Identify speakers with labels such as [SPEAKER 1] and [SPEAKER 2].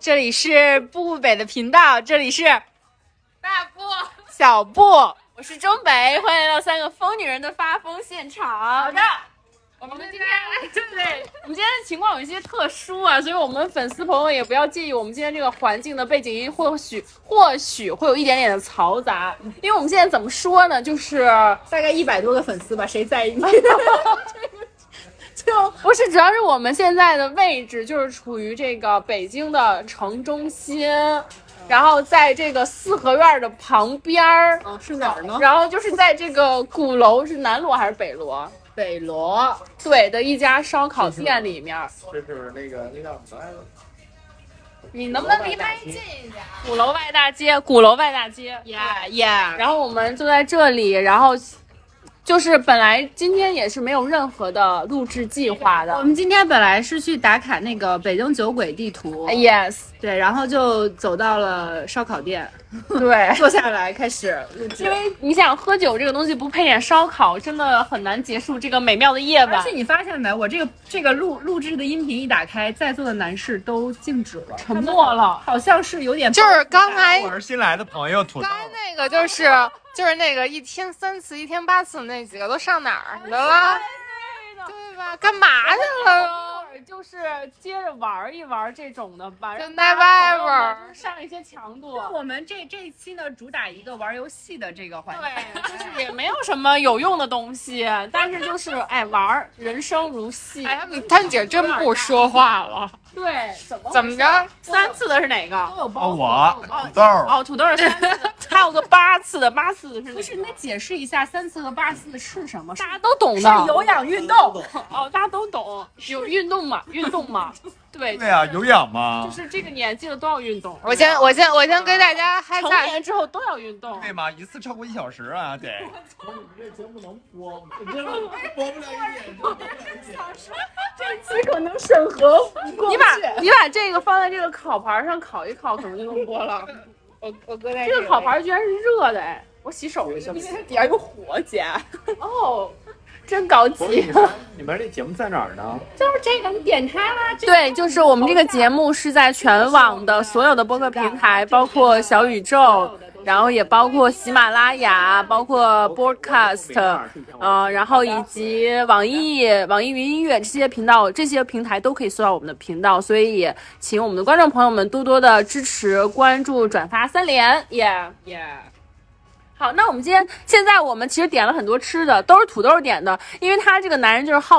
[SPEAKER 1] 这里是布布北的频道，这里是
[SPEAKER 2] 大布，
[SPEAKER 1] 小布。
[SPEAKER 2] 我是中北，欢迎来到三个疯女人的发疯现场。好的，我们今天对对， 我们今天的情况有一些特殊啊，所以我们粉丝朋友们也不要介意我们今天这个环境的背景音，或许或许会有一点点的嘈杂，因为我们现在怎么说呢，就是
[SPEAKER 1] 大概一百多个粉丝吧，谁在意？
[SPEAKER 2] 就不是，主要是我们现在的位置就是处于这个北京的城中心，然后在这个四合院的旁边儿，
[SPEAKER 1] 嗯，是哪儿呢？
[SPEAKER 2] 然后就是在这个鼓楼是南锣还是北锣？
[SPEAKER 1] 北罗，
[SPEAKER 2] 对的一家烧烤店里面，
[SPEAKER 3] 这是那个那叫什么来着？
[SPEAKER 2] 你能不能离
[SPEAKER 3] 麦
[SPEAKER 4] 近一点。
[SPEAKER 2] 鼓楼外大街？鼓楼外大街。
[SPEAKER 1] 呀呀，
[SPEAKER 2] 然后我们就在这里，然后就是本来今天也是没有任何的录制计划
[SPEAKER 4] 我
[SPEAKER 2] 的。
[SPEAKER 4] 们今天本来是去打卡那个北京酒鬼地图，
[SPEAKER 2] 哎 Yes，
[SPEAKER 4] 对，然后就走到了烧烤店，
[SPEAKER 2] 对，
[SPEAKER 4] 坐下来开始录制
[SPEAKER 2] 因。为你想喝酒这个东西不配点烧烤，真的很难结束这个美妙的夜
[SPEAKER 4] 而
[SPEAKER 2] 晚
[SPEAKER 4] 且。你发现没，我这个这个录录制的音频一打开，在座的男士都静止了，
[SPEAKER 2] 沉默了，
[SPEAKER 4] 好像是有点
[SPEAKER 5] 就是刚才
[SPEAKER 3] 哎我是新来的朋友吐槽
[SPEAKER 5] 刚。才那个就是就是那个一天三次一天八次那几个都上哪儿去了？啊对吧？干嘛去了？
[SPEAKER 2] 就是接着玩一玩这种的吧，
[SPEAKER 5] 就
[SPEAKER 2] 让大家朋友们
[SPEAKER 5] never
[SPEAKER 2] 就是上一些强度。
[SPEAKER 4] 我们这这一期呢，主打一个玩游戏的这个环节。哎
[SPEAKER 2] 对，就是也没有什么有用的东西，但是就是哎玩儿，人生如戏。
[SPEAKER 5] 哎，他们他们姐真不说话了，
[SPEAKER 2] 对，怎么
[SPEAKER 5] 怎么着？
[SPEAKER 2] 三次的是哪个？
[SPEAKER 4] 有
[SPEAKER 3] 哦，
[SPEAKER 4] 包
[SPEAKER 3] 我土豆儿，
[SPEAKER 2] 哦，土豆是三次的，还有个八次的，八次的是哪
[SPEAKER 4] 不
[SPEAKER 2] 个
[SPEAKER 4] 是，你得解释一下三次和八次是什么？是
[SPEAKER 2] 大家都懂
[SPEAKER 4] 是
[SPEAKER 2] 的。
[SPEAKER 4] 有氧运动。
[SPEAKER 2] 哦，大家都懂，有运动嘛，运动嘛，对，
[SPEAKER 3] 对呀，有氧嘛
[SPEAKER 2] 就，是这个年纪了都要运动。
[SPEAKER 5] 我先我先我先跟大家嗨
[SPEAKER 2] 成
[SPEAKER 5] 下，
[SPEAKER 2] 年之后都要运动。
[SPEAKER 3] 对嘛，一次超过一小时啊，得。
[SPEAKER 2] 这可能审核你把你把这个放在这个烤盘上烤一烤，可能就能播了。
[SPEAKER 5] 我我搁在
[SPEAKER 2] 这个烤盘居然是热的哎！我洗手去。
[SPEAKER 1] 点有火姐，
[SPEAKER 2] 哦，真高级。
[SPEAKER 3] 你们这节目在哪儿呢？
[SPEAKER 2] 对，就是我们这个节目是在全网的所有的播客平台，包括小宇宙，然后也包括喜马拉雅，包括 Broadcast，呃，然后以及网易、网易云音乐这些频道，这些平台都可以搜到我们的频道，所以也请我们的观众朋友们多多的支持、关注、转发三连，耶、好，那我们今天现在我们其实点了很多吃的，都是土豆点的，因为他这个男人就是好。